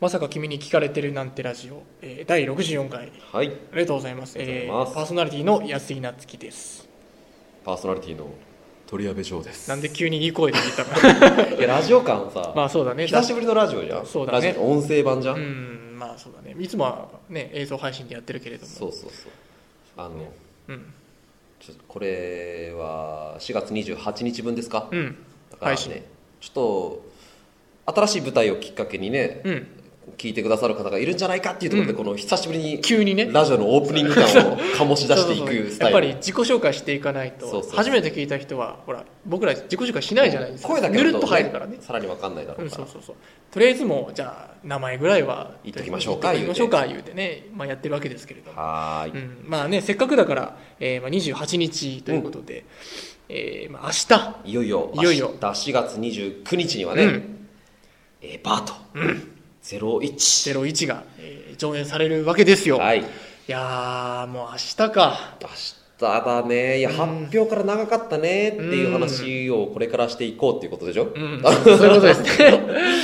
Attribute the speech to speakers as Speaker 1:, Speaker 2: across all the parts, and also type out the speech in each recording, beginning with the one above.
Speaker 1: まさか君に聞かれてるなんてラジオ、えー、第64回
Speaker 2: はい
Speaker 1: ありがとうございます
Speaker 2: ありがとう
Speaker 1: え
Speaker 2: ございます
Speaker 1: ーパーソナリティの安井なつきです
Speaker 2: パーソナリティの鳥矢部翔です
Speaker 1: なんで急にいい声で言った か
Speaker 2: いやラジオ感さ、
Speaker 1: まあそうだね
Speaker 2: 久しぶりのラジオじゃん
Speaker 1: そうだね
Speaker 2: ラジオ音声版じゃん、
Speaker 1: うんまあそうだねいつもはね映像配信でやってるけれども
Speaker 2: そうそうそうあの
Speaker 1: うん
Speaker 2: ちょっとこれは4月28日分ですか、
Speaker 1: うん
Speaker 2: だから
Speaker 1: 配信
Speaker 2: ねちょっと新しい舞台をきっかけにね、
Speaker 1: うん
Speaker 2: 聞いてくださる方がいるんじゃないかっていうところで、この久しぶりに
Speaker 1: 急にね
Speaker 2: ラジオのオープニング感を醸し出していくス
Speaker 1: や
Speaker 2: タイル
Speaker 1: っぱり自己紹介していかないと
Speaker 2: そうそうそう
Speaker 1: 初めて聞いた人はほら僕ら自己紹介しないじゃないですか
Speaker 2: 声だけ
Speaker 1: ぬ
Speaker 2: だ
Speaker 1: るっと入るからね
Speaker 2: さらにわかんないだろ
Speaker 1: う、
Speaker 2: うんか
Speaker 1: そ
Speaker 2: ら、
Speaker 1: うそうそうとりあえずもうじゃあ名前ぐらいは
Speaker 2: 言っときましょうか
Speaker 1: 言っときましょうか言うてね、まあ、やってるわけですけれども、
Speaker 2: はーい、
Speaker 1: うんまあね、せっかくだから、えーまあ、28日ということで、えーまあ、明
Speaker 2: いよいよ
Speaker 1: いよいよ
Speaker 2: 明日4月29日にはね、
Speaker 1: うん
Speaker 2: えーバート、01
Speaker 1: 日01が、えー上演されるわけですよ、、
Speaker 2: はいい明
Speaker 1: やーもう明日か
Speaker 2: 日だねいや発表から長かったねっていう話をこれからしていこうっていうことでしょ、
Speaker 1: うん、
Speaker 2: あ
Speaker 1: そういうことです ね、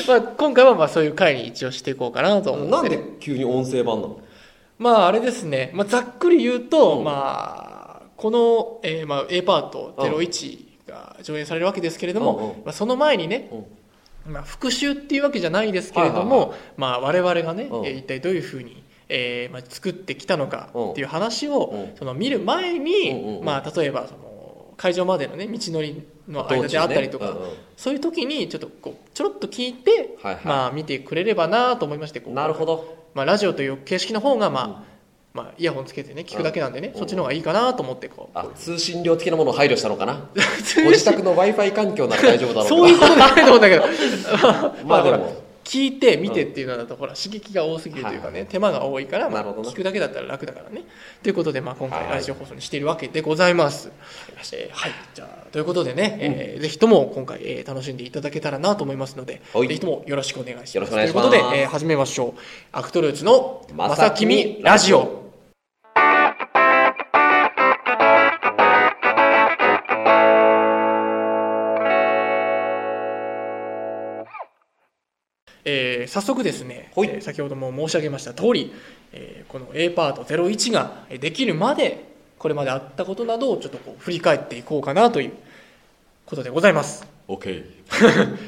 Speaker 1: まあ、今回はまあそういう回に一応していこうかなと思って
Speaker 2: なんで急に音声版なの
Speaker 1: まああれですね、まあ、ざっくり言うと、
Speaker 2: うん
Speaker 1: まあ、この、えーまあ、A パート01が上演されるわけですけれども、
Speaker 2: うんうん
Speaker 1: まあ、その前にね、まあ、復習っていうわけじゃないですけれども、
Speaker 2: はいはい
Speaker 1: まあ、我々がね、
Speaker 2: うん
Speaker 1: えー一体どういうふうに、えーまあ、作ってきたのかっていう話を、
Speaker 2: うん
Speaker 1: その見る前に、
Speaker 2: うんうんうん
Speaker 1: まあ、例えばその会場までの、ね、道のりの間であったりとか、
Speaker 2: 道中ねうんうん
Speaker 1: そういう時にちょっとこうちょろっと聞いて、
Speaker 2: はいはい
Speaker 1: まあ、見てくれればなと思いましてこう
Speaker 2: なるほど
Speaker 1: まあ、ラジオという形式の方が、まあまあ、イヤホンつけてね聞くだけなんでね、
Speaker 2: うん
Speaker 1: そっちの方がいいかなと思ってこう
Speaker 2: あ通信料的なものを配慮したのかなご自宅の w i f i 環境なら大丈夫だろうか
Speaker 1: そういうことじゃないと思うんだ けど
Speaker 2: まあでも
Speaker 1: ほら聞いて見てっていうのだと、ほら刺激が多すぎるというかね、
Speaker 2: はい
Speaker 1: 手間が多いから、ま
Speaker 2: なる
Speaker 1: あ、
Speaker 2: ほどな
Speaker 1: 聞くだけだったら楽だからねということで、まあ、今回
Speaker 2: はい
Speaker 1: ラジオ放送にしているわけでございます、えーはいじゃあということでね、えーぜひとも今回、えー楽しんでいただけたらなと思いますので、
Speaker 2: はい
Speaker 1: ぜひともよろしくお願いします
Speaker 2: よろしくお願いし
Speaker 1: とい
Speaker 2: ま
Speaker 1: うこ
Speaker 2: す
Speaker 1: とで、えー始めましょうアクトルーツの「ま
Speaker 2: ま
Speaker 1: さ
Speaker 2: さ
Speaker 1: き
Speaker 2: き
Speaker 1: み
Speaker 2: み
Speaker 1: ラ
Speaker 2: ラ
Speaker 1: ジ
Speaker 2: ジ
Speaker 1: オ
Speaker 2: オ」
Speaker 1: えー早速ですね、
Speaker 2: はい
Speaker 1: えー先ほども申し上げました通り、えーこの A パート01がえーできるまでこれまであったことなどをちょっとこう振り返っていこうかなということでございます
Speaker 2: OK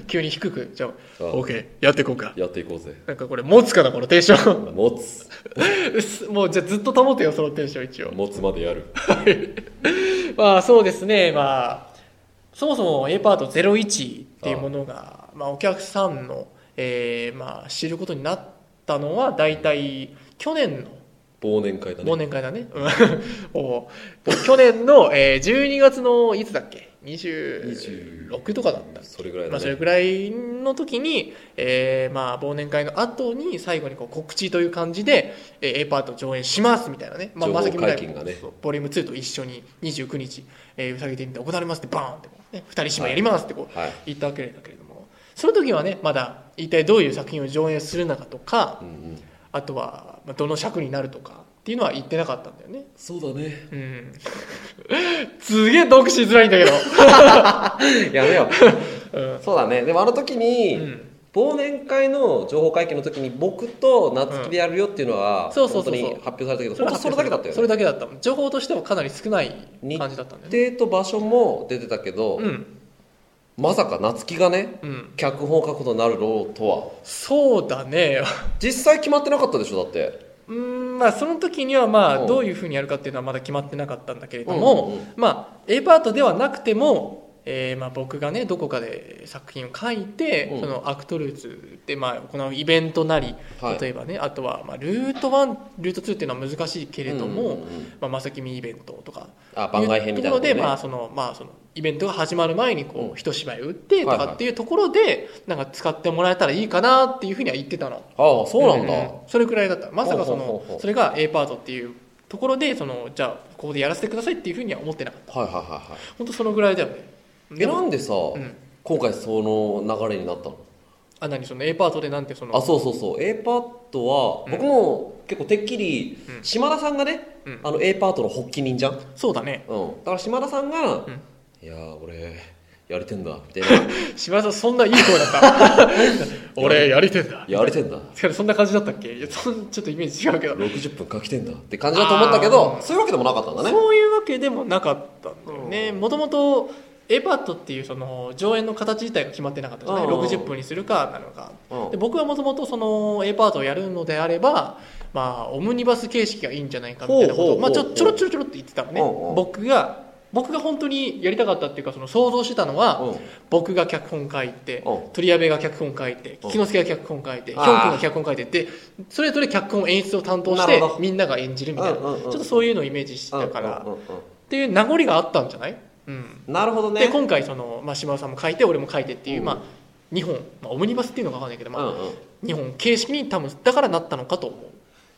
Speaker 1: 急に低くじゃあ
Speaker 2: あ
Speaker 1: OK やっていこうか
Speaker 2: やっていこうぜ
Speaker 1: なんかこれ持つかなこのテンション
Speaker 2: 持つ
Speaker 1: すもうじゃあずっと保てよそのテンション一応
Speaker 2: 持つまでやる
Speaker 1: まあそうですねまあそもそも A パート01っていうものがまあ、お客さんの、えーまあ、知ることになったのは大体去年の
Speaker 2: 忘年会だね
Speaker 1: 忘年会だね、うん おう去年の、えー、12月のいつだっけ26とかだった
Speaker 2: それぐらいだね、
Speaker 1: まあ、それぐらいの時に、えーまあ、忘年会の後に最後にこう告知という感じで、えー A パート上演しますみたいなね、まあ、
Speaker 2: 情
Speaker 1: ま
Speaker 2: 報
Speaker 1: さきみたい
Speaker 2: 解
Speaker 1: に
Speaker 2: 禁がね
Speaker 1: ボリューム2と一緒に29日、えー、うさぎてみて行われますってバーンってこう、ね、2人芝居やりますってこう
Speaker 2: はい
Speaker 1: 言ったわけだけれどもその時はねまだ一体どういう作品を上演するのかとか
Speaker 2: うんうん
Speaker 1: あとはまあどの尺になるとかっていうのは言ってなかったんだよね
Speaker 2: そうだね
Speaker 1: うん すげえ読しづらいんだ け
Speaker 2: やめよ
Speaker 1: ど、うん
Speaker 2: そうだねでもあの時に、
Speaker 1: うん
Speaker 2: 忘年会の情報会見の時に僕と夏希でやるよっていうのは、
Speaker 1: んそうそうそ
Speaker 2: 本当
Speaker 1: うそう
Speaker 2: に発表されたけど本当それだけだったよね
Speaker 1: それだけだったもん情報としてはかなり少ない
Speaker 2: 日
Speaker 1: 感じだったんだよね
Speaker 2: 程と場所も出てたけど、
Speaker 1: うん
Speaker 2: まさか夏希がね
Speaker 1: うん
Speaker 2: 脚本を書くことになるろうとは
Speaker 1: そうだね
Speaker 2: 実際決まってなかったでしょだって
Speaker 1: うんまあその時にはまあ
Speaker 2: うん
Speaker 1: どういうふうにやるかっていうのはまだ決まってなかったんだけれども、
Speaker 2: うんうんうん
Speaker 1: まあ A パートではなくてもえーまあ僕がねどこかで作品を書いて、
Speaker 2: うん
Speaker 1: そのアクトルーツでまあ行うイベントなり、
Speaker 2: はい
Speaker 1: 例えばねあとはまあルート1ルート2っていうのは難しいけれども、
Speaker 2: うんうんうん
Speaker 1: まあ、まさきみイベントとか
Speaker 2: あ番外編みたいな
Speaker 1: ところで、
Speaker 2: ね
Speaker 1: まあそのまあ、そのイベントが始まる前にこ
Speaker 2: う
Speaker 1: うん一芝居打ってと
Speaker 2: はい
Speaker 1: か
Speaker 2: はい
Speaker 1: っていうところで、なんか使ってもらえたらいいかなっていうふうには言ってたの
Speaker 2: ああそうなんだ、
Speaker 1: それくらいだったまさかその
Speaker 2: ほうほうほうほう
Speaker 1: それが A パートっていうところでそのじゃあここでやらせてくださいっていうふうには思ってなかった
Speaker 2: はいはいはいはい
Speaker 1: 本当そのぐらいだよね
Speaker 2: え
Speaker 1: で
Speaker 2: な
Speaker 1: も
Speaker 2: んでさ、
Speaker 1: ん
Speaker 2: 今回その流れになったの
Speaker 1: あ何その A パートでなんてその
Speaker 2: あそうそうそう A パートは、
Speaker 1: うん
Speaker 2: 僕も結構てっきり、
Speaker 1: うん
Speaker 2: 島田さんがね、
Speaker 1: うん
Speaker 2: あの A パートの発起人じゃん、うん、だ
Speaker 1: そうだね
Speaker 2: から島田さんが、
Speaker 1: ん
Speaker 2: いやー俺やりてんだみたいな
Speaker 1: 島田さんそんないい声だ った俺やりてんだ
Speaker 2: やりてんだ
Speaker 1: つかそんな感じだったっけいやそんちょっとイメージ違うけど、
Speaker 2: 60分書きてんだって感じだと思ったけど
Speaker 1: あー
Speaker 2: そういうわけでもなかったんだね
Speaker 1: そういうわけでもなかったんだよねもともとエパットっていうその上演の形自体が決まってなかったじゃない
Speaker 2: うん
Speaker 1: 60分にするかなのか
Speaker 2: うん
Speaker 1: で僕はもともとその A パートをやるのであれば、まあ、オムニバス形式がいいんじゃないかみたいなこと
Speaker 2: ほう
Speaker 1: を
Speaker 2: ほう
Speaker 1: まあちょ
Speaker 2: ほうほう
Speaker 1: ちょろちょろちょろって言ってたのね
Speaker 2: うんうん
Speaker 1: 僕が僕が本当にやりたかったっていうかその想像してたのは、
Speaker 2: うん
Speaker 1: 僕が脚本書いて
Speaker 2: うん
Speaker 1: 鳥矢部が脚本書いて
Speaker 2: うん
Speaker 1: 菊之助が脚本書いてヒョ
Speaker 2: あー
Speaker 1: ン君が脚本書いてってそれぞれ脚本演出を担当して
Speaker 2: なるほど
Speaker 1: みんなが演じるみたいな、
Speaker 2: うんうんうん
Speaker 1: ちょっとそういうのをイメージしてたから、
Speaker 2: うんうんうん
Speaker 1: っていう名残があったんじゃない、うん
Speaker 2: うんなるほどね
Speaker 1: で今回その、まあ、島田さんも書いて俺も書いてっていう、
Speaker 2: うん
Speaker 1: まあ、2本、まあ、オムニバスっていうのか分かんないけど、まあ
Speaker 2: うんうん
Speaker 1: 日本形式に多分だからなったのかと思う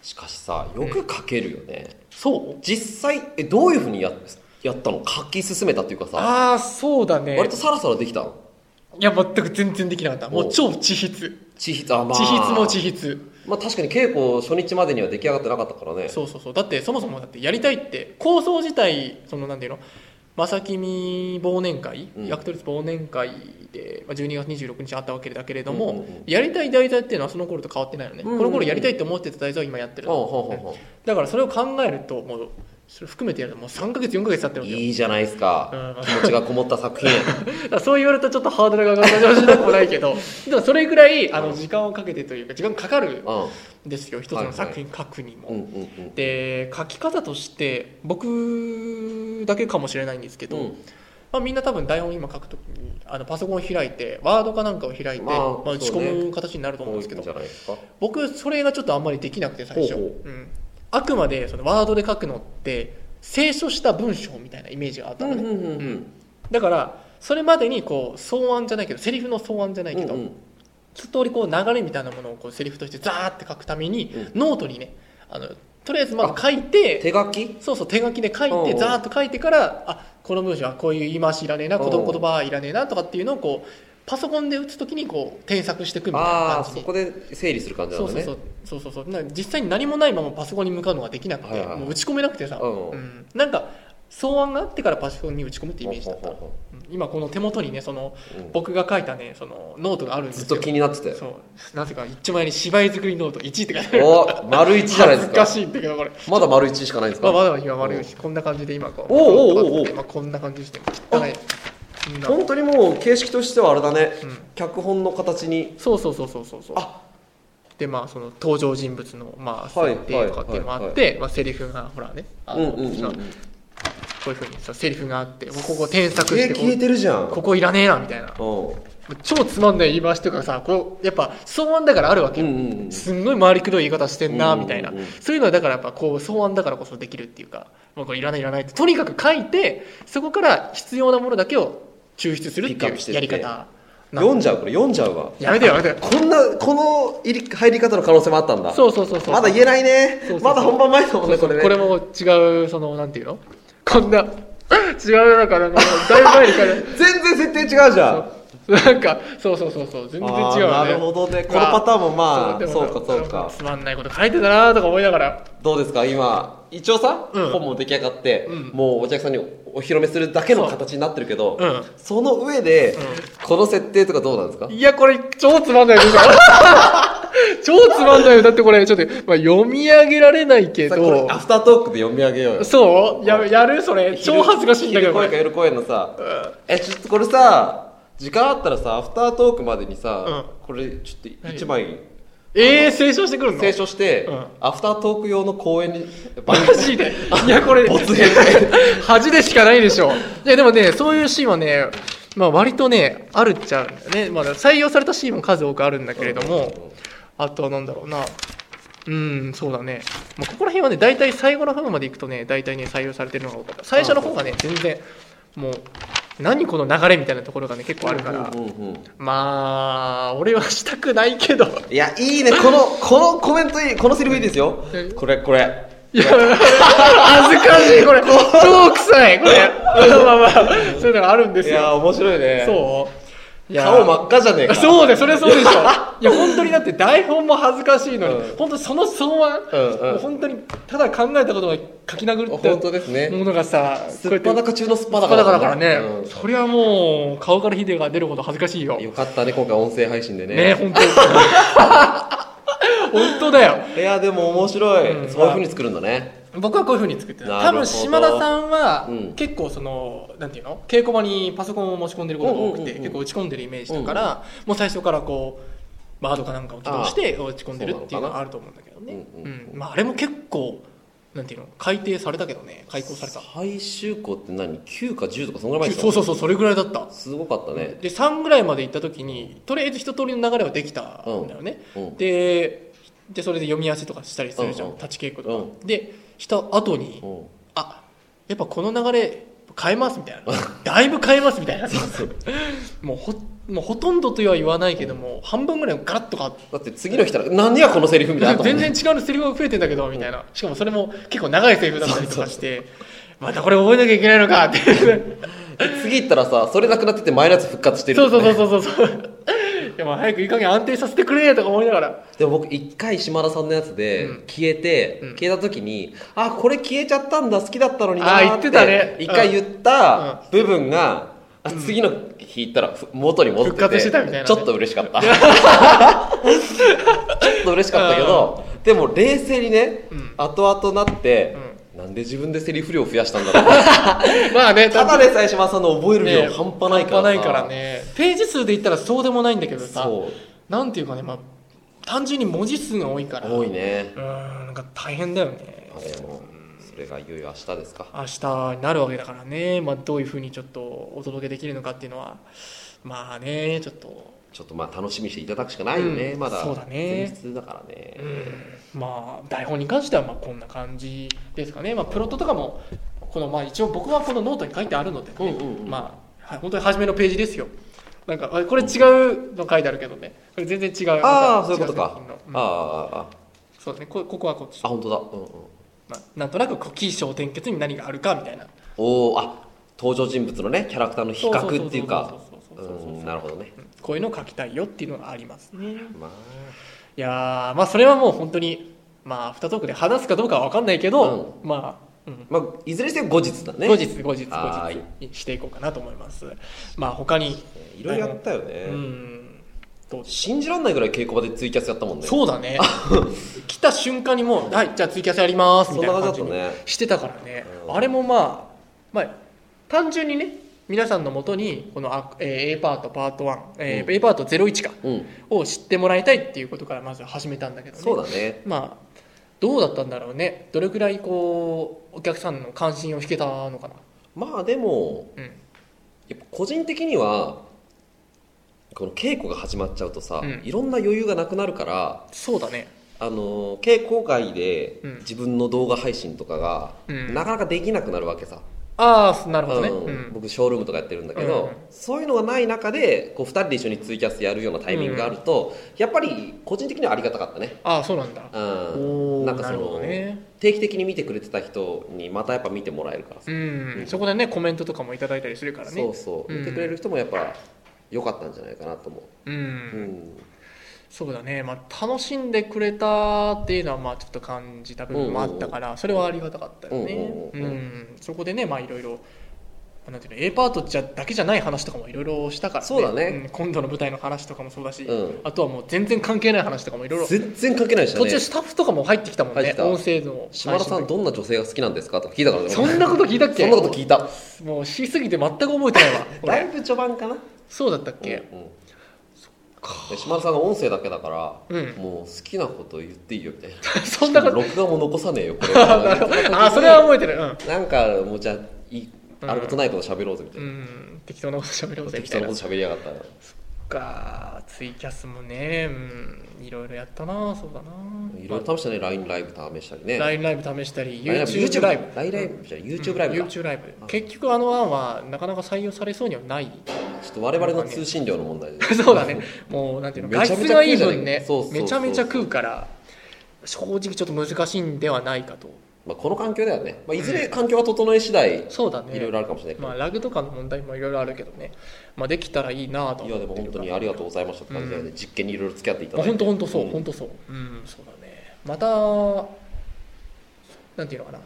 Speaker 2: しかしさよく書けるよね、
Speaker 1: そう
Speaker 2: 実際えどういうふうにややったの書き進めたっていうかさ
Speaker 1: ああそうだね
Speaker 2: 割とサラサラできたの
Speaker 1: いや全く全然できなかったも
Speaker 2: お
Speaker 1: う
Speaker 2: う
Speaker 1: 超地筆
Speaker 2: 地筆あまあ
Speaker 1: 地筆も地筆
Speaker 2: まあ確かに稽古初日までには出来上がってなかったからね
Speaker 1: そうそうそうだってそもそもだってやりたいって構想自体そのなんていうの正君忘年会、
Speaker 2: うん
Speaker 1: 役取り忘年会でまあ12月26日あったわけだけれども、
Speaker 2: うんうんうん
Speaker 1: やりたい題材っていうのはその頃と変わってないよね、
Speaker 2: うんうんうん
Speaker 1: この頃やりたいって思ってた題材を今やってる
Speaker 2: ほうほうほうほ
Speaker 1: だからそれを考えるともうそれ含めてやるともう3ヶ月4ヶ月経って
Speaker 2: う
Speaker 1: るんだよ
Speaker 2: いいじゃないですか、
Speaker 1: うん
Speaker 2: 気持ちがこもった 作品
Speaker 1: だからそう言われたらちょっとハードルが上がる感じでもないけ どでもそれぐらいあの時間をかけてというか時間かかる
Speaker 2: うん
Speaker 1: んですよ一つの作品書くにも。
Speaker 2: うんうんうん
Speaker 1: で書き方として僕だけかもしれないんですけど、
Speaker 2: うん
Speaker 1: まあ、みんな多分台本今書くときにあのパソコンを開いてワードかなんかを開いて、
Speaker 2: ま
Speaker 1: ま
Speaker 2: あ
Speaker 1: あ打ち
Speaker 2: そうね
Speaker 1: 込む形になると思うんですけ
Speaker 2: 多いん
Speaker 1: ど、
Speaker 2: じゃないですか
Speaker 1: 僕それがちょっとあんまりできなくて最初、
Speaker 2: ほうほ
Speaker 1: うん、あくまでそのワードで書くのって清書した文章みたいなイメージがあったのね、
Speaker 2: うんうん
Speaker 1: だからそれまでにこう草案じゃないけどセリフの草案じゃないけど、
Speaker 2: うんうん
Speaker 1: 一通りこう流れみたいなものをこうセリフとしてザーって書くために、
Speaker 2: う
Speaker 1: ノートにねあのとりあえずまず書いて
Speaker 2: 手書き
Speaker 1: そうそう手書きで書い
Speaker 2: うんう
Speaker 1: て
Speaker 2: ん
Speaker 1: ザーっと書いてからあこの文章はこういう言い回しいらねえな
Speaker 2: うん
Speaker 1: 言葉言葉いらねえなとかっていうのをこうパソコンで打つ時にこう添削していくみたいな
Speaker 2: あ
Speaker 1: 感
Speaker 2: あ
Speaker 1: じ
Speaker 2: そ
Speaker 1: に
Speaker 2: こで整理する感じな
Speaker 1: そ
Speaker 2: ん
Speaker 1: う
Speaker 2: だ
Speaker 1: そう
Speaker 2: ね
Speaker 1: そうそうそうそうな実際に何もないままパソコンに向かうのができなくて、
Speaker 2: はいはいはい
Speaker 1: もう打ち込めなくてさ、
Speaker 2: うん
Speaker 1: うんなんか草案があってからパソコンに打ち込むってイメージだった
Speaker 2: ほうほうほ
Speaker 1: うん今この手元にねその
Speaker 2: ううん
Speaker 1: 僕が書いたねそのノートがあるんです
Speaker 2: ず
Speaker 1: よ
Speaker 2: っと気になってて
Speaker 1: そうなぜか一丁前に芝居作りノート1位って書いてある
Speaker 2: お丸一じゃないで
Speaker 1: 恥
Speaker 2: す
Speaker 1: ずか
Speaker 2: か
Speaker 1: しいんだけどこれ、
Speaker 2: まだ丸一しかないんです
Speaker 1: ま
Speaker 2: か
Speaker 1: あ、まだ今悪いしこんな感じで今こう
Speaker 2: おうおうおうおう
Speaker 1: 今こんな感じにして汚いこんな
Speaker 2: 本当にもう形式としてはあれだね、
Speaker 1: うん
Speaker 2: 脚本の形に
Speaker 1: そうそうそうそうそうそう
Speaker 2: あ
Speaker 1: でまあその登場人物のまあ
Speaker 2: はい
Speaker 1: 設定とかっていうのもあって、まあ、セリフがほらねあ
Speaker 2: うん
Speaker 1: の、
Speaker 2: うんうん
Speaker 1: そ
Speaker 2: うん
Speaker 1: のこういうふうにさセリフがあってもうここ添削
Speaker 2: え
Speaker 1: し
Speaker 2: ー
Speaker 1: て
Speaker 2: 消えてるじゃん
Speaker 1: こここいらねえなみたいな超つまんない言い回しとかさこうやっぱ草案だからあるわけ
Speaker 2: うん
Speaker 1: よ、
Speaker 2: うんうん
Speaker 1: すんごい回りくどい言い方してんなみたいな、
Speaker 2: うんうんうん
Speaker 1: そういうのはだからやっぱこう草案だからこそできるっていうかもうこれいらないいらないってとにかく書いてそこから必要なものだけを抽出するって
Speaker 2: ピックア
Speaker 1: い
Speaker 2: ッ
Speaker 1: う
Speaker 2: プしてって
Speaker 1: やり方
Speaker 2: 読ん
Speaker 1: じ
Speaker 2: じゃうこれ読んじゃうわ
Speaker 1: やめてよやめてよ
Speaker 2: こんなこの入り入り方の可能性もあったんだ
Speaker 1: そうそうそうそう
Speaker 2: まだ言えないね
Speaker 1: そうそうそう
Speaker 2: まだ本番前だもんねこれね
Speaker 1: これも違うそのなんていうの こんな違うだからもうだいぶ前にから
Speaker 2: 全然設定違うじゃん
Speaker 1: なんかそうそうそうそう全然違うよね
Speaker 2: あーなるほどねこのパターンもまあそうかそうか
Speaker 1: つまんないこと書いてたなとか思いながら
Speaker 2: どうですか今一応さ、
Speaker 1: うん
Speaker 2: 本も出来上がって、
Speaker 1: うん
Speaker 2: もうお客さんにお披露目するだけの
Speaker 1: そう
Speaker 2: 形になってるけど、
Speaker 1: うん
Speaker 2: その上で、
Speaker 1: う
Speaker 2: この設定とかどうなんですか
Speaker 1: いやこれ超つまんないよ 超つまんないよだってこれちょっと、まあ、読み上げられないけ
Speaker 2: さこ
Speaker 1: ど
Speaker 2: れアフタートークで読み上げようよ
Speaker 1: そうややるそれ超恥ずかしいんだけどこ
Speaker 2: 昼公演か
Speaker 1: れ
Speaker 2: 夜公演のさ、えちょっとこれさ時間あったらさアフタートークまでにさ、これちょっと一枚
Speaker 1: えー、清書してくるの
Speaker 2: 清書して、
Speaker 1: うん
Speaker 2: アフタートーク用の公演に
Speaker 1: マジでいやこれ
Speaker 2: 没編
Speaker 1: 恥でしかないでしょいやでもねそういうシーンはね、まあ、割とねあるっちゃあるんだよね、まあ、採用されたシーンも数多くあるんだけれども、あとはなんだろうなうんそうだね、まあ、ここら辺はね大体最後の方まで行くとね大体ね採用されてるのが多かった最初の方がね全然もう何この流れみたいなところがね結構あるから、
Speaker 2: うんうんうん
Speaker 1: まあ俺はしたくないけど
Speaker 2: いやいいねこのこのコメントいいこのセリフいいですよ
Speaker 1: 何
Speaker 2: これこれ
Speaker 1: いや、恥ずかしい、これ。超臭い、これ。まあまあまあ、そういうのがあるんで
Speaker 2: い
Speaker 1: す
Speaker 2: や
Speaker 1: よ。
Speaker 2: 面白いね
Speaker 1: そう。いや
Speaker 2: 顔真っ赤じゃねえ か。
Speaker 1: そうでそれそうでしょいや本当にだって台本も恥ずかしいのに、
Speaker 2: うん
Speaker 1: 本当にその草案、
Speaker 2: うんうん
Speaker 1: もう本当にただ考えたことを書き殴って
Speaker 2: 本当ですね
Speaker 1: ものがさ
Speaker 2: すっぱだか中のすっぱだ
Speaker 1: だ
Speaker 2: か
Speaker 1: からからね、
Speaker 2: うん
Speaker 1: そりゃもう顔からヒデが出ること恥ずかしいよ
Speaker 2: よかったね、今回音声配信でね。
Speaker 1: ね 本当本当だよ
Speaker 2: いや、でも面白い、
Speaker 1: うん
Speaker 2: そういう風に作るんだね。
Speaker 1: 僕はこういうふうに作ってた
Speaker 2: なる
Speaker 1: 多
Speaker 2: ほど
Speaker 1: 分島田さんは
Speaker 2: うん
Speaker 1: 結構その、なんていうの稽古場にパソコンを持ち込んでることが多くて、
Speaker 2: うんうんうんうん
Speaker 1: 結構打ち込んでるイメージだから、もう最初からこうワードかなんかを起動して打ち込んでるっていうのはあると思うんだけどね
Speaker 2: そうなのかな
Speaker 1: うんまあ、あれも結構なんていうの改定されたけどね改行された
Speaker 2: 最終校って何 ?9 か10とかそんぐらい前でし
Speaker 1: そう
Speaker 2: ょ
Speaker 1: そうそうそれぐらいだった
Speaker 2: すごかったね。
Speaker 1: で3ぐらいまで行った時にとりあえず一通りの流れはできたんだよね、
Speaker 2: うんうん
Speaker 1: ででそれで読み合わせとかしたりするじゃん、
Speaker 2: うんうん
Speaker 1: 立ち稽古とか、でした後に、
Speaker 2: うん
Speaker 1: あやっぱこの流れ変えますみたいな だいぶ変えますみたいなもうほもうほとんどとは言わないけども、半分ぐらいガラッと変わっ
Speaker 2: だって次の日から、何やこのセリフみたいなのあったも
Speaker 1: 全
Speaker 2: んね。
Speaker 1: 然違うセリフが増えてんだけどみたいな、しかもそれも結構長いセリフだったりとかしてまたこれ覚えなきゃいけないのかっていう
Speaker 2: で次行ったらさ、それなくなってて前のやつ復活してる、
Speaker 1: そうそうそうそうそう。いや、まあ早くいい加減安定させてくれとか思いながら。
Speaker 2: でも僕一回島田さんのやつで
Speaker 1: うん
Speaker 2: 消えて、
Speaker 1: うん
Speaker 2: 消えた時にあこれ消えちゃったんだ好きだったのにな
Speaker 1: あー
Speaker 2: ー
Speaker 1: 言ってたね
Speaker 2: 一回言った部分が、あ次の日行ったらふ元に戻ってて
Speaker 1: 復活してたみたいなね
Speaker 2: ちょっと嬉し かったちょっと嬉しかったけどでも冷静にね、
Speaker 1: うん
Speaker 2: 後々なって、なんで自分でセリフ量増やしたん だろう
Speaker 1: まあね、
Speaker 2: ただでさえ島田さんの覚える
Speaker 1: ね
Speaker 2: 量半端ないから
Speaker 1: 半端ないからね。ページ数で言ったらそうでもないんだけどさ、
Speaker 2: そ
Speaker 1: なんていうかね、まあ、単純に文字数が多いから。
Speaker 2: う多いね
Speaker 1: うーん、なんか大変だよね。
Speaker 2: あでもそれがいよいよ明日ですか
Speaker 1: 明日になるわけだからね、まあ、どういうふうにちょっとお届けできるのかっていうのは、まあね、ちょっと、
Speaker 2: ちょっとまあ楽しみにしていただくしかないよね、
Speaker 1: うん
Speaker 2: まだ
Speaker 1: そうだね
Speaker 2: 前日だからね、
Speaker 1: うんまあ、台本に関してはまあこんな感じですかね、まあ、プロットとかもこの、まあ、一応僕はこのノートに書いてあるので、ね
Speaker 2: うんうんうん
Speaker 1: まあ、はい本当に初めのページですよなんかあこれ違うの書いてあるけどねこれ全然違う
Speaker 2: あ
Speaker 1: ま
Speaker 2: あ
Speaker 1: た
Speaker 2: そういうこと
Speaker 1: 違
Speaker 2: か
Speaker 1: 作品、のうん
Speaker 2: ああああ
Speaker 1: そうですねこここはこっち、
Speaker 2: あ本当だ、うんうん、
Speaker 1: まあ、なんとなくこう起承転結に何があるかみたいな
Speaker 2: おおあ登場人物のねキャラクターの比較っていうか
Speaker 1: そう
Speaker 2: う
Speaker 1: そうそうそうそうそうそうん
Speaker 2: なるほどね
Speaker 1: うんこういうのを書きたいよっていうのがありますね
Speaker 2: まあ
Speaker 1: いやーまあそれはもう本当にまあ2トークで話すかどうかは分かんないけど、まあ、うん、
Speaker 2: まあいずれにせよ後日だね
Speaker 1: 後日後日後
Speaker 2: は
Speaker 1: 日
Speaker 2: い
Speaker 1: にしていこうかなと思いますまあ他に
Speaker 2: いろいろやったよね、
Speaker 1: うんどうし
Speaker 2: 信じらんないぐらい稽古場でツイキャスやったもんね
Speaker 1: そうだね来た瞬間にもう「はいじゃあツイキャスやります」みたいな感じ
Speaker 2: そんな感じだ
Speaker 1: に
Speaker 2: ったね
Speaker 1: してたからね
Speaker 2: うん
Speaker 1: あれもまあまあ単純にね皆さんのもとにこのあ、えー A パートパート1、えー
Speaker 2: うん
Speaker 1: A パート01か
Speaker 2: うん
Speaker 1: を知ってもらいたいっていうことからまず始めたんだけどね
Speaker 2: そうだね
Speaker 1: まあどうだったんだろうねどれくらいこうお客さんの関心を引けたのかな
Speaker 2: まあでも
Speaker 1: うん
Speaker 2: やっぱ個人的にはこの稽古が始まっちゃうとさ、
Speaker 1: うん
Speaker 2: いろんな余裕がなくなるから
Speaker 1: そうだね
Speaker 2: あの稽古外で
Speaker 1: うん
Speaker 2: 自分の動画配信とかが、
Speaker 1: うん
Speaker 2: なかなかできなくなるわけさ、
Speaker 1: ああなるほどね、
Speaker 2: うん
Speaker 1: うん
Speaker 2: 僕ショールームとかやってるんだけど、
Speaker 1: うん
Speaker 2: そういうのがない中でこう2人で一緒にツイキャスやるようなタイミングがあると、やっぱり個人的にはありがたかったね、
Speaker 1: ああそうなんだ
Speaker 2: う
Speaker 1: お
Speaker 2: ん、
Speaker 1: ー
Speaker 2: なんかそ
Speaker 1: なるほ
Speaker 2: の、
Speaker 1: どね
Speaker 2: 定期的に見てくれてた人にまたやっぱ見てもらえるからさ、
Speaker 1: うん、
Speaker 2: うん
Speaker 1: そこでねコメントとかもいただいたりするからね
Speaker 2: そうそう、
Speaker 1: うん
Speaker 2: 見てくれる人もやっぱ良かったんじゃないかなと思
Speaker 1: うん、
Speaker 2: う、うん
Speaker 1: そうだね、まあ、楽しんでくれたっていうのはまあちょっと感じた部分もあったから、それはありがたかったよねう
Speaker 2: う
Speaker 1: んん、
Speaker 2: うんうんうん
Speaker 1: そこでねまあいろいろなんていうの A パートじゃだけじゃない話とかもいろいろしたから、
Speaker 2: そうだね
Speaker 1: ん今度の舞台の話とかもそうだし、
Speaker 2: うん
Speaker 1: あとはもう全然関係ない話とかもいろいろ
Speaker 2: 全然関係ないし
Speaker 1: 途
Speaker 2: ね
Speaker 1: 中スタッフとかも入ってきたもん
Speaker 2: 入っ
Speaker 1: ね
Speaker 2: てた
Speaker 1: 音声の
Speaker 2: 島田さんどんな女性が好きなんですかとか聞いたからね
Speaker 1: そんなこと聞いたっけ
Speaker 2: そんなこと聞いた
Speaker 1: もうしすぎて全く覚えて ないわ
Speaker 2: だい
Speaker 1: 俺
Speaker 2: ぶ序盤かな
Speaker 1: そうだったっけ、
Speaker 2: うんうんで島田さんが音声だけだから、
Speaker 1: うん
Speaker 2: もう好きなこと言っていいよみたいな
Speaker 1: そんな こと
Speaker 2: 録画も残さねえよこ れ
Speaker 1: あそれは覚えてるうん、
Speaker 2: なんかもうじゃあいい
Speaker 1: うん
Speaker 2: あることないこと喋ろうぜみた
Speaker 1: う
Speaker 2: いな、
Speaker 1: ん、適当なこと喋ろうぜみ
Speaker 2: 適
Speaker 1: たい
Speaker 2: 当な
Speaker 1: な
Speaker 2: こと喋りやがったら
Speaker 1: かツイキャスもね、うん、いろいろやったなそうだない
Speaker 2: いろいろ試したね LINE ライブ試したりね
Speaker 1: LINE ライブ試したり
Speaker 2: LINE
Speaker 1: YouTube ライブ
Speaker 2: LINE ライブじゃない YouTube ライブか、
Speaker 1: うん
Speaker 2: ちょ
Speaker 1: YouTube ライブ
Speaker 2: あ
Speaker 1: 結局あの案はなかなか採用されそうにはない
Speaker 2: っと我々の通信量の問題で
Speaker 1: そうだねもうなんていうの
Speaker 2: め
Speaker 1: 外
Speaker 2: ちゃめ
Speaker 1: 出
Speaker 2: ちゃ
Speaker 1: がいい分ね
Speaker 2: 食うじゃないそうそうそう
Speaker 1: めちゃめちゃ食うから正直ちょっと難しいんではないかと
Speaker 2: まあ、この環境ではね、まあ、いずれ環境が整え次第、
Speaker 1: そうだね
Speaker 2: いろいろあるかもしれないけど、
Speaker 1: まあ、ラグとかの問題もいろいろあるけどね、まあ、できたらいいなと
Speaker 2: いやでも本当にありがとうございましたって感じだよね、実験にいろいろ付き合っていただいて
Speaker 1: 本当本当そう、
Speaker 2: ん
Speaker 1: 本当そううんそうだねまたなんていうのかな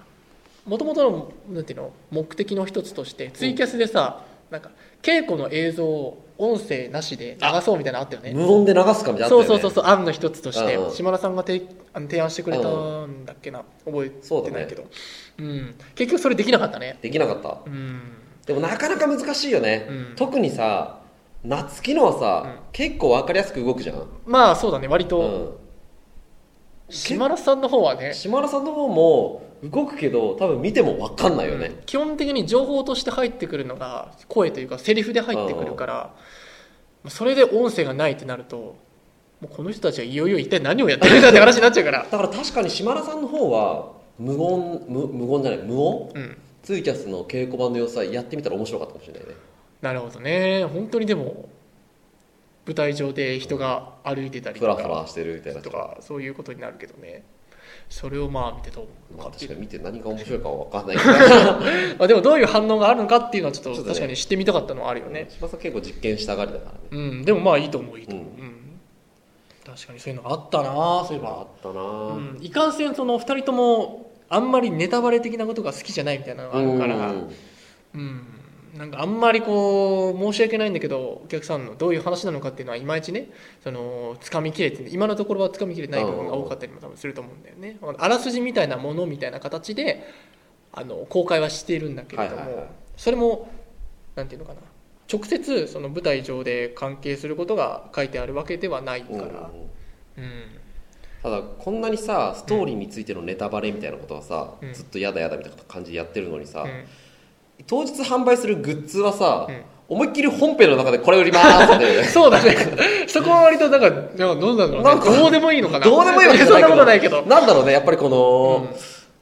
Speaker 1: もともとのなんていうの目的の一つとしてツイキャスでさ、なんか稽古の映像を音声なしで流そうみたいなのあったよね
Speaker 2: 無音で流すかみたいな
Speaker 1: そう
Speaker 2: のあったよね
Speaker 1: そうそうそう案の一つとして、
Speaker 2: うんうん
Speaker 1: 島田さんがてあの提案してくれたんだっけな覚
Speaker 2: そ
Speaker 1: え
Speaker 2: う
Speaker 1: て
Speaker 2: だね
Speaker 1: ないけどうん、結局それできなかったね
Speaker 2: できなかった
Speaker 1: うん
Speaker 2: でもなかなか難しいよね、
Speaker 1: うん
Speaker 2: 特にさ夏希のはさ、
Speaker 1: うん
Speaker 2: 結構分かりやすく動くじゃん、
Speaker 1: まあそうだね割
Speaker 2: う
Speaker 1: と、
Speaker 2: ん、
Speaker 1: 島田さんの方はね
Speaker 2: 島田さんの方も動くけど多分見ても分かんないよね、
Speaker 1: 基本的に情報として入ってくるのが声というかセリフで入ってくるからまあそれで音声がないってなるともうこの人たちはいよいよ一体何をやってるんだって話になっちゃうから、
Speaker 2: だから確かに島田さんの方は無音無無音じゃない無音
Speaker 1: うん、
Speaker 2: ツイキャスの稽古版の様子はやってみたら面白かったかもしれないね
Speaker 1: なるほどね本当にでも舞台上で人が歩いてたり
Speaker 2: ふ
Speaker 1: と
Speaker 2: らふ
Speaker 1: から
Speaker 2: してるみたいな
Speaker 1: とかそういうことになるけどねそれをまあ見てどう思
Speaker 2: まあ
Speaker 1: うかって
Speaker 2: 確
Speaker 1: い
Speaker 2: か
Speaker 1: う
Speaker 2: に見て何が面白いかは分かん ないけど
Speaker 1: まあでもどういう反応があるのかっていうのはちょっ
Speaker 2: ち
Speaker 1: と
Speaker 2: ょっとね
Speaker 1: 確かに知ってみたかったのはあるよね
Speaker 2: 島田さん結構実験したがりだからね
Speaker 1: うんでもまあいいと思ういいと思う、
Speaker 2: う
Speaker 1: うん確かにそういうのあったなそういえば
Speaker 2: あったな
Speaker 1: う
Speaker 2: ぁ
Speaker 1: んいかんせんその2人ともあんまりネタバレ的なことが好きじゃないみたいなのがあるから、
Speaker 2: う
Speaker 1: うん
Speaker 2: ん
Speaker 1: なんかあんまりこう申し訳ないんだけどお客さんのどういう話なのかっていうのはいまいちねその掴みきれて今のところは掴みきれてない部分が多かったりも多分すると思うんだよねあらすじみたいなものみたいな形であの公開はしているんだけれども、
Speaker 2: はいはいはい
Speaker 1: それもなんていうのかな直接その舞台上で関係することが書いてあるわけではないか
Speaker 2: うん
Speaker 1: ら、うん、
Speaker 2: ただこんなにさストーリーについてのネタバレみたいなことはさ、
Speaker 1: うん
Speaker 2: ずっとやだやだみたいな感じでやってるのにさ、
Speaker 1: うん
Speaker 2: 当日販売するグッズはさ、
Speaker 1: うん
Speaker 2: 思いっきり本編の中でこれ売りますって
Speaker 1: そうだね。そこは割と、なんか、なんかどうなんだろう、ね。
Speaker 2: なんか
Speaker 1: どうでもいいのかな。
Speaker 2: どうでもいいわけじゃ
Speaker 1: そ
Speaker 2: なんいけ
Speaker 1: なこ
Speaker 2: ど
Speaker 1: とないけど。
Speaker 2: なんだろうねやっぱりこの、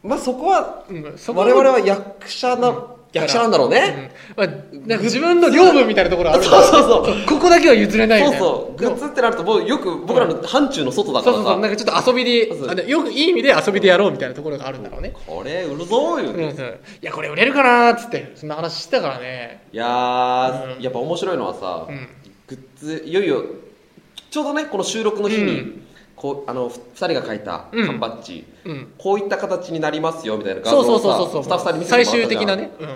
Speaker 2: まあそこは
Speaker 1: うん、そこ
Speaker 2: 我々は役者な、役者なんだろう
Speaker 1: う
Speaker 2: ね、
Speaker 1: んまあ、なんか自分の領分みたいなところある
Speaker 2: そうそうそう
Speaker 1: ここだけは譲れないみ
Speaker 2: そ
Speaker 1: たいうな
Speaker 2: そうグッズってなるともうよく僕らの範疇の外だか
Speaker 1: そう
Speaker 2: らさ、
Speaker 1: そうそうなんかちょっと遊びで
Speaker 2: そうそう
Speaker 1: あでよくいい意味で遊びでやろうみたいなところがあるんだろうね、
Speaker 2: これ売るぞーよ、
Speaker 1: うん
Speaker 2: い
Speaker 1: そういやこれ売れるかなーっつってそんな話してたからね
Speaker 2: やー、
Speaker 1: うん
Speaker 2: やっぱ面白いのはさ、
Speaker 1: うん
Speaker 2: グッズいよいよちょうどねこの収録の日に、
Speaker 1: うん
Speaker 2: こうあのふ2人が書いた
Speaker 1: うん
Speaker 2: 缶バッジ、
Speaker 1: うん
Speaker 2: こういった形になりますよみたいな
Speaker 1: そうそう
Speaker 2: を
Speaker 1: そうそうそう
Speaker 2: スタッフさんに見せてもら
Speaker 1: 最
Speaker 2: ったじゃ
Speaker 1: 終
Speaker 2: ん
Speaker 1: 的なね、うん、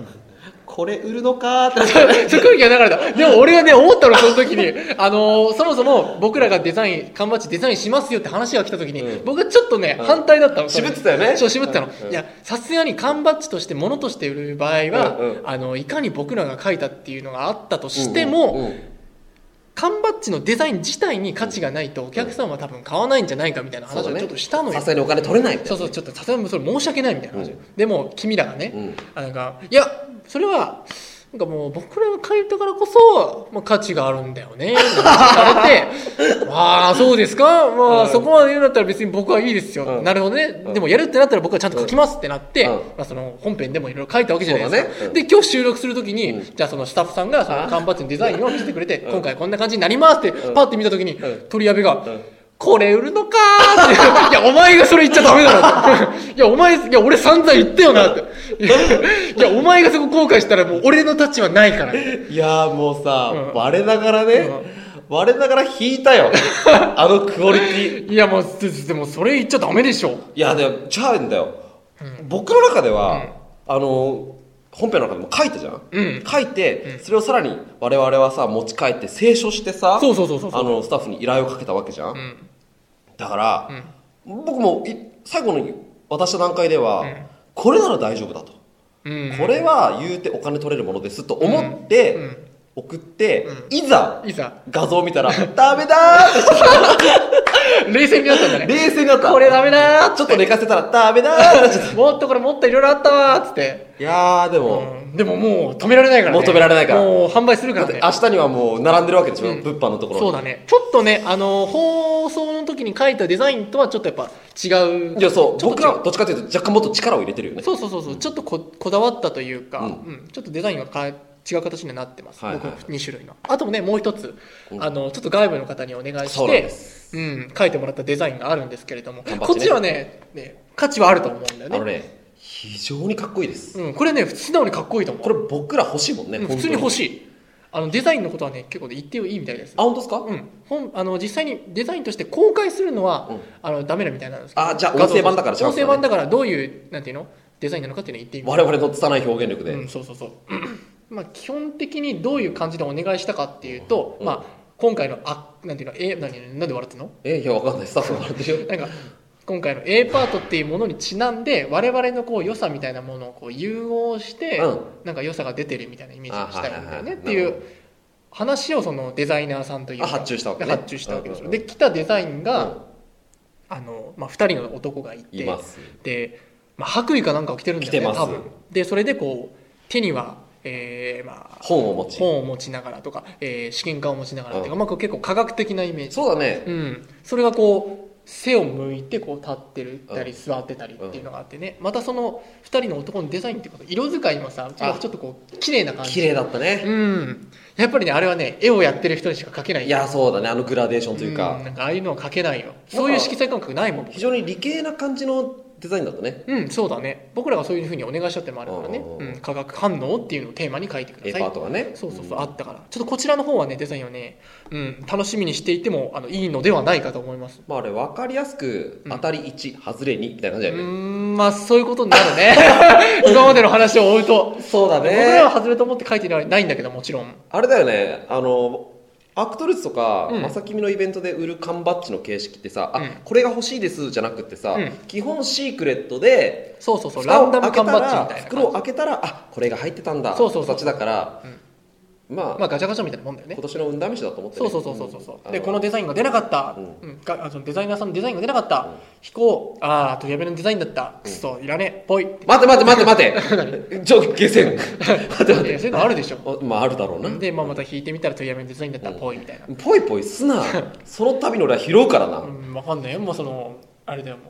Speaker 2: これ売るのかー ってなっ
Speaker 1: そうそう空気が流れた。でも俺はね、思ったの、その時に。あのーそもそも僕らがデザイン、缶バッジデザインしますよって話が来た時に、
Speaker 2: うん
Speaker 1: 僕ちょっとね、
Speaker 2: うん
Speaker 1: 反対だったの。それ
Speaker 2: 渋ってたよね
Speaker 1: そう、渋ってたの。
Speaker 2: うん
Speaker 1: いや、さすがに缶バッジとして、物として売る場合は、
Speaker 2: うんうん
Speaker 1: あの、いかに僕らが書いたっていうのがあったとしても、
Speaker 2: うんうん
Speaker 1: 缶バッジのデザイン自体に価値がないと、お客さんは多分買わないんじゃないかみたいな
Speaker 2: そう
Speaker 1: 話
Speaker 2: だ
Speaker 1: を
Speaker 2: ね
Speaker 1: ちょっとしたのよ。
Speaker 2: さすがにお金取れないみたい
Speaker 1: そ
Speaker 2: な
Speaker 1: うそう、ちょっとさすがにそれ申し訳ないみたいな話。
Speaker 2: うん
Speaker 1: でも、君らがね、
Speaker 2: うん
Speaker 1: あなんかいやそれはなんかもう僕らが書いたからこそ、まあ、価値があるんだよねって言われ てああそうですか、まあ
Speaker 2: うん
Speaker 1: そこまで言うんだったら別に僕はいいですよ、
Speaker 2: うん
Speaker 1: なるほどね、
Speaker 2: ん
Speaker 1: でもやるってなったら僕はちゃんと書きますってなって、
Speaker 2: うん
Speaker 1: まあ、その本編でもいろいろ書いたわけじゃないですか、
Speaker 2: そうだねうん
Speaker 1: で今日収録するときに、
Speaker 2: うん
Speaker 1: じゃあそのスタッフさんがその缶バッジのデザインを見せてくれて、
Speaker 2: うん
Speaker 1: 今回こんな感じになりますって
Speaker 2: うん
Speaker 1: パッて見たときに、
Speaker 2: うん
Speaker 1: 鳥矢部が、
Speaker 2: うん
Speaker 1: これ売るのかー って。いや、お前がそれ言っちゃダメだろって。いや、お前、いや、俺散々言ったよなって。いや、いやお前がそこ後悔したらもう俺の立ちはないから。
Speaker 2: いやーもうさ、
Speaker 1: うん
Speaker 2: 我ながらね、
Speaker 1: うん
Speaker 2: 我ながら引いた よあのクオリティ
Speaker 1: いや、もう、ででもそれ言っちゃダメでしょ。
Speaker 2: いやでもちゃうんだよ、僕の中では、あの本編の中でも書いたじゃん、
Speaker 1: うん
Speaker 2: 書いて、それをさらに我々はさ持ち帰って清書してさ
Speaker 1: そうそうそうそうそう
Speaker 2: あのスタッフに依頼をかけたわけじゃん、
Speaker 1: ん
Speaker 2: だから、僕もい最後に渡した段階では、これなら大丈夫だと、
Speaker 1: うん。
Speaker 2: これは言うてお金取れるものですと思って、
Speaker 1: うんうん
Speaker 2: 送って、いざ
Speaker 1: いざ、
Speaker 2: 画像 見たら「ダメだ!」
Speaker 1: 冷静になったんだ
Speaker 2: って
Speaker 1: ね。
Speaker 2: 冷静になった
Speaker 1: これダメだーっ。
Speaker 2: ちょっと寝かせたら「ダメだ!」ってなっちゃって
Speaker 1: もっとこれもっといろいろあったわーっつって。
Speaker 2: たいやーでも、
Speaker 1: うんでももう止められないからね。
Speaker 2: もう止められないから
Speaker 1: もう販売するからね。
Speaker 2: 明日にはもう並んでるわけでしょ、物販のところ
Speaker 1: そうだね。ちょっとね、あの、放送の時に書いたデザインとはちょっとやっぱ違う。
Speaker 2: いやそう
Speaker 1: ちょっと
Speaker 2: 僕
Speaker 1: 違う
Speaker 2: はどっちかというと若干もっと力を入れてるよね
Speaker 1: そうそうそうそう、ちょっとここだわったというか、
Speaker 2: う
Speaker 1: うんんちょっとデザインがか違う形にはなってます、
Speaker 2: はいはいはい
Speaker 1: 僕2種類のあとねもう一つ、
Speaker 2: うん
Speaker 1: あのちょっと外部の方にお願い
Speaker 2: そ
Speaker 1: し
Speaker 2: うなんで
Speaker 1: てう、ん、書いてもらったデザインがあるんですけれども、
Speaker 2: 頑張ってね
Speaker 1: こっちはねね価値はあると思うんだよね
Speaker 2: あのね非常にかっこいいです、
Speaker 1: うん、これね素直にかっこいいと思う
Speaker 2: これ僕ら欲しいもんね、
Speaker 1: うん普通に欲
Speaker 2: い
Speaker 1: しいあのデザインのことはね結構ね言っていいみたいです
Speaker 2: あ本当ですか、
Speaker 1: うん、本あの実際にデザインとして公開するのは、
Speaker 2: うん
Speaker 1: あのダメだみたいなんですけど
Speaker 2: あじゃあ
Speaker 1: 画像
Speaker 2: 音声版だからチャン
Speaker 1: 音
Speaker 2: スだね
Speaker 1: 声版だからどういうなんていうのデザインなのかっていうのを言ってみ
Speaker 2: 我々の拙い表現力で、
Speaker 1: うん、そうそうそうまあ基本的にどういう感じでお願いしたかっていうと、
Speaker 2: うん
Speaker 1: まあ、今回のあなんていうのえ何なんで笑ってんの
Speaker 2: えいやわかんないスタッフが笑ってる よ
Speaker 1: なんか今回の A パートっていうものにちなんで我々のこう良さみたいなものをこう融合して、
Speaker 2: うん
Speaker 1: なんか良さが出てるみたいなイメージにしたいんだよね
Speaker 2: あはいはいはい
Speaker 1: って
Speaker 2: ないる
Speaker 1: う
Speaker 2: ほ
Speaker 1: 話をそのデザイナーさんというか
Speaker 2: あ発注したわけね
Speaker 1: 発注したわけですよ、
Speaker 2: うんうんう
Speaker 1: で来たデザインが、
Speaker 2: うん
Speaker 1: あのまあ、2人の男がいて
Speaker 2: います
Speaker 1: で、まあ、白衣かなんかを着てるんだよね
Speaker 2: 着てます
Speaker 1: 多分でそれでこう手には、えーまあ、
Speaker 2: 本を持ち
Speaker 1: 本を持ちながらとか、えー試験管を持ちながらとか、
Speaker 2: うん
Speaker 1: まあ、こう結構科学的なイメージ
Speaker 2: そうだね
Speaker 1: うん、それがこう背を向いてこう立ってるったり
Speaker 2: うん
Speaker 1: 座ってたりっていうのがあってね、またその2人の男のデザインっていうか色使いもさちょっとちょっとこう綺麗な感じ
Speaker 2: 綺麗だったね、
Speaker 1: うんやっぱりねあれはね絵をやってる人にしか描けない
Speaker 2: いやそうだねあのグラデーション
Speaker 1: ん
Speaker 2: というか、
Speaker 1: なんかああいうのは描けないよそういう色彩感覚ないもん
Speaker 2: 非常に理系な感じのデザインだったね
Speaker 1: うんそうだね僕らがそういうふうにお願いしたってもあるからね、
Speaker 2: うんうんうん
Speaker 1: うん、化学反応っていうのをテーマに書いてくだ
Speaker 2: A
Speaker 1: さ
Speaker 2: パ
Speaker 1: い
Speaker 2: ートがね
Speaker 1: そうそうそう、あったからちょっとこちらの方はねデザインをね、うん、楽しみにしていてもあのいいのではないかと思います
Speaker 2: まああれ分かりやすく
Speaker 1: うん
Speaker 2: 当たり1、外れ2みたいな感じ
Speaker 1: う
Speaker 2: だよね、
Speaker 1: ーんまあそういうことになる ね今までの話を追うと
Speaker 2: そうだ
Speaker 1: 僕らは外れと思って書いてないんだけどもちろん
Speaker 2: あれだよねあのアクトルスとか、
Speaker 1: うん
Speaker 2: まさきみのイベントで売る缶バッジの形式ってさ、
Speaker 1: うん
Speaker 2: あこれが欲しいですじゃなくってさ、
Speaker 1: うん
Speaker 2: 基本シークレットで
Speaker 1: そうそうそう
Speaker 2: 蓋
Speaker 1: ラン
Speaker 2: を
Speaker 1: ダム
Speaker 2: 開け
Speaker 1: 缶
Speaker 2: た
Speaker 1: バッジみた
Speaker 2: ら
Speaker 1: いな
Speaker 2: 袋
Speaker 1: 感
Speaker 2: を開けたらあこれが入ってたんだ
Speaker 1: そうそうそう
Speaker 2: 形だから、まあ、
Speaker 1: じまあガチャガチャみたいなもんだよね
Speaker 2: 今年の運試しだと思って、
Speaker 1: そ
Speaker 2: ね、
Speaker 1: うそうそうそうそう
Speaker 2: うん
Speaker 1: で
Speaker 2: あ
Speaker 1: このデザインが出なかった、
Speaker 2: う
Speaker 1: うんんがあそのデザイナーさんのデザインが出なかった、
Speaker 2: うん
Speaker 1: 飛行ああ取りやめのデザインだったくそいらねえぽいって
Speaker 2: 待て待て待て 待てちょ下船待て待
Speaker 1: いや
Speaker 2: て
Speaker 1: そういうのあるでしょ
Speaker 2: あまああるだろうな
Speaker 1: で、まあ、また弾いてみたら取りやめのデザインだったらぽいみたいな、
Speaker 2: ぽいぽいすな その度の俺は拾うからな、
Speaker 1: うん、分かんないよもうそのあれだよもう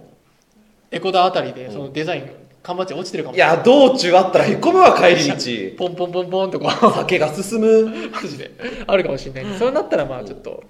Speaker 1: エコダあたりでそのデザイン缶バッジ落ちてるかも
Speaker 2: いや道中あったらへこむわ帰り 道
Speaker 1: ポンポンポンポンとこう
Speaker 2: 酒が進む
Speaker 1: マジであるかもしれないんでそうなったらまあちょっと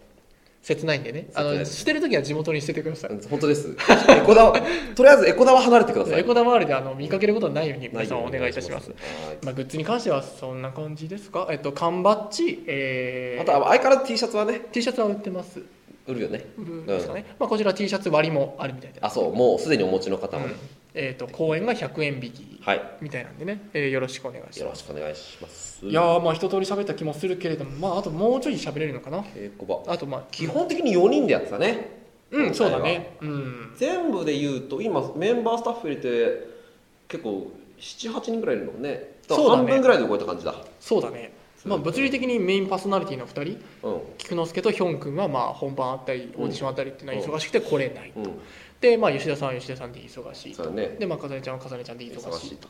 Speaker 1: 切ないんでねあ
Speaker 2: 切ない
Speaker 1: の
Speaker 2: です
Speaker 1: 捨てる時は地元に捨ててください
Speaker 2: 本当ですエコダを とりあえずエコダは離れてください
Speaker 1: エコダ周りであの見かけることのないように皆
Speaker 2: 内
Speaker 1: さ
Speaker 2: 容
Speaker 1: ん
Speaker 2: を
Speaker 1: お願いいたします
Speaker 2: はい
Speaker 1: まあ、グッズに関してはそんな感じですか、えっと、缶バッジ、えー、
Speaker 2: あとは相変わらず T シャツはね
Speaker 1: T シャツは売ってます
Speaker 2: 売るよね
Speaker 1: 売るんですかね、まあ、こちら T シャツ割りもあるみたいで
Speaker 2: あそうもうすでにお持ちの方
Speaker 1: う
Speaker 2: も
Speaker 1: ん
Speaker 2: ね
Speaker 1: えっと公演が100円引き
Speaker 2: はい
Speaker 1: みたいなんでね、えーよろしくお願いし
Speaker 2: よ
Speaker 1: ま
Speaker 2: ろ
Speaker 1: す
Speaker 2: しくお願いします
Speaker 1: いやーまあ一通り喋った気もするけれどもまああともうちょい喋れるのかな
Speaker 2: 稽古場
Speaker 1: あとまあ
Speaker 2: 基本的に4人でやってたね
Speaker 1: うんそうだねうん
Speaker 2: 全部で言うと今メンバースタッフ入れて結構78人ぐらいいるのねだか
Speaker 1: そう
Speaker 2: ら
Speaker 1: だね
Speaker 2: 半分ぐらいで動いた感じだ
Speaker 1: そうだね、まあ、物理的にメインパーソナリティの2人
Speaker 2: うん
Speaker 1: 菊之助とヒョン君はまあ本番あったりオーディションあったりっていうのは忙しくて来れない、
Speaker 2: うん
Speaker 1: で、まあ、吉田さんは吉田さんで忙しい
Speaker 2: そうだね
Speaker 1: で、まあ、かざねちゃんはかざねちゃんで忙しい
Speaker 2: 忙しいと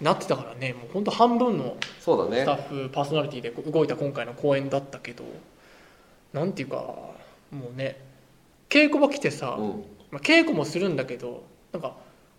Speaker 1: なってたからねもう本当半分の
Speaker 2: そうだ
Speaker 1: スタ
Speaker 2: ね
Speaker 1: ッフパーソナリティで動いた今回の公演だったけどなんていうかもうね稽古場来てさ、
Speaker 2: うん
Speaker 1: まあ、稽古もするんだけどなんか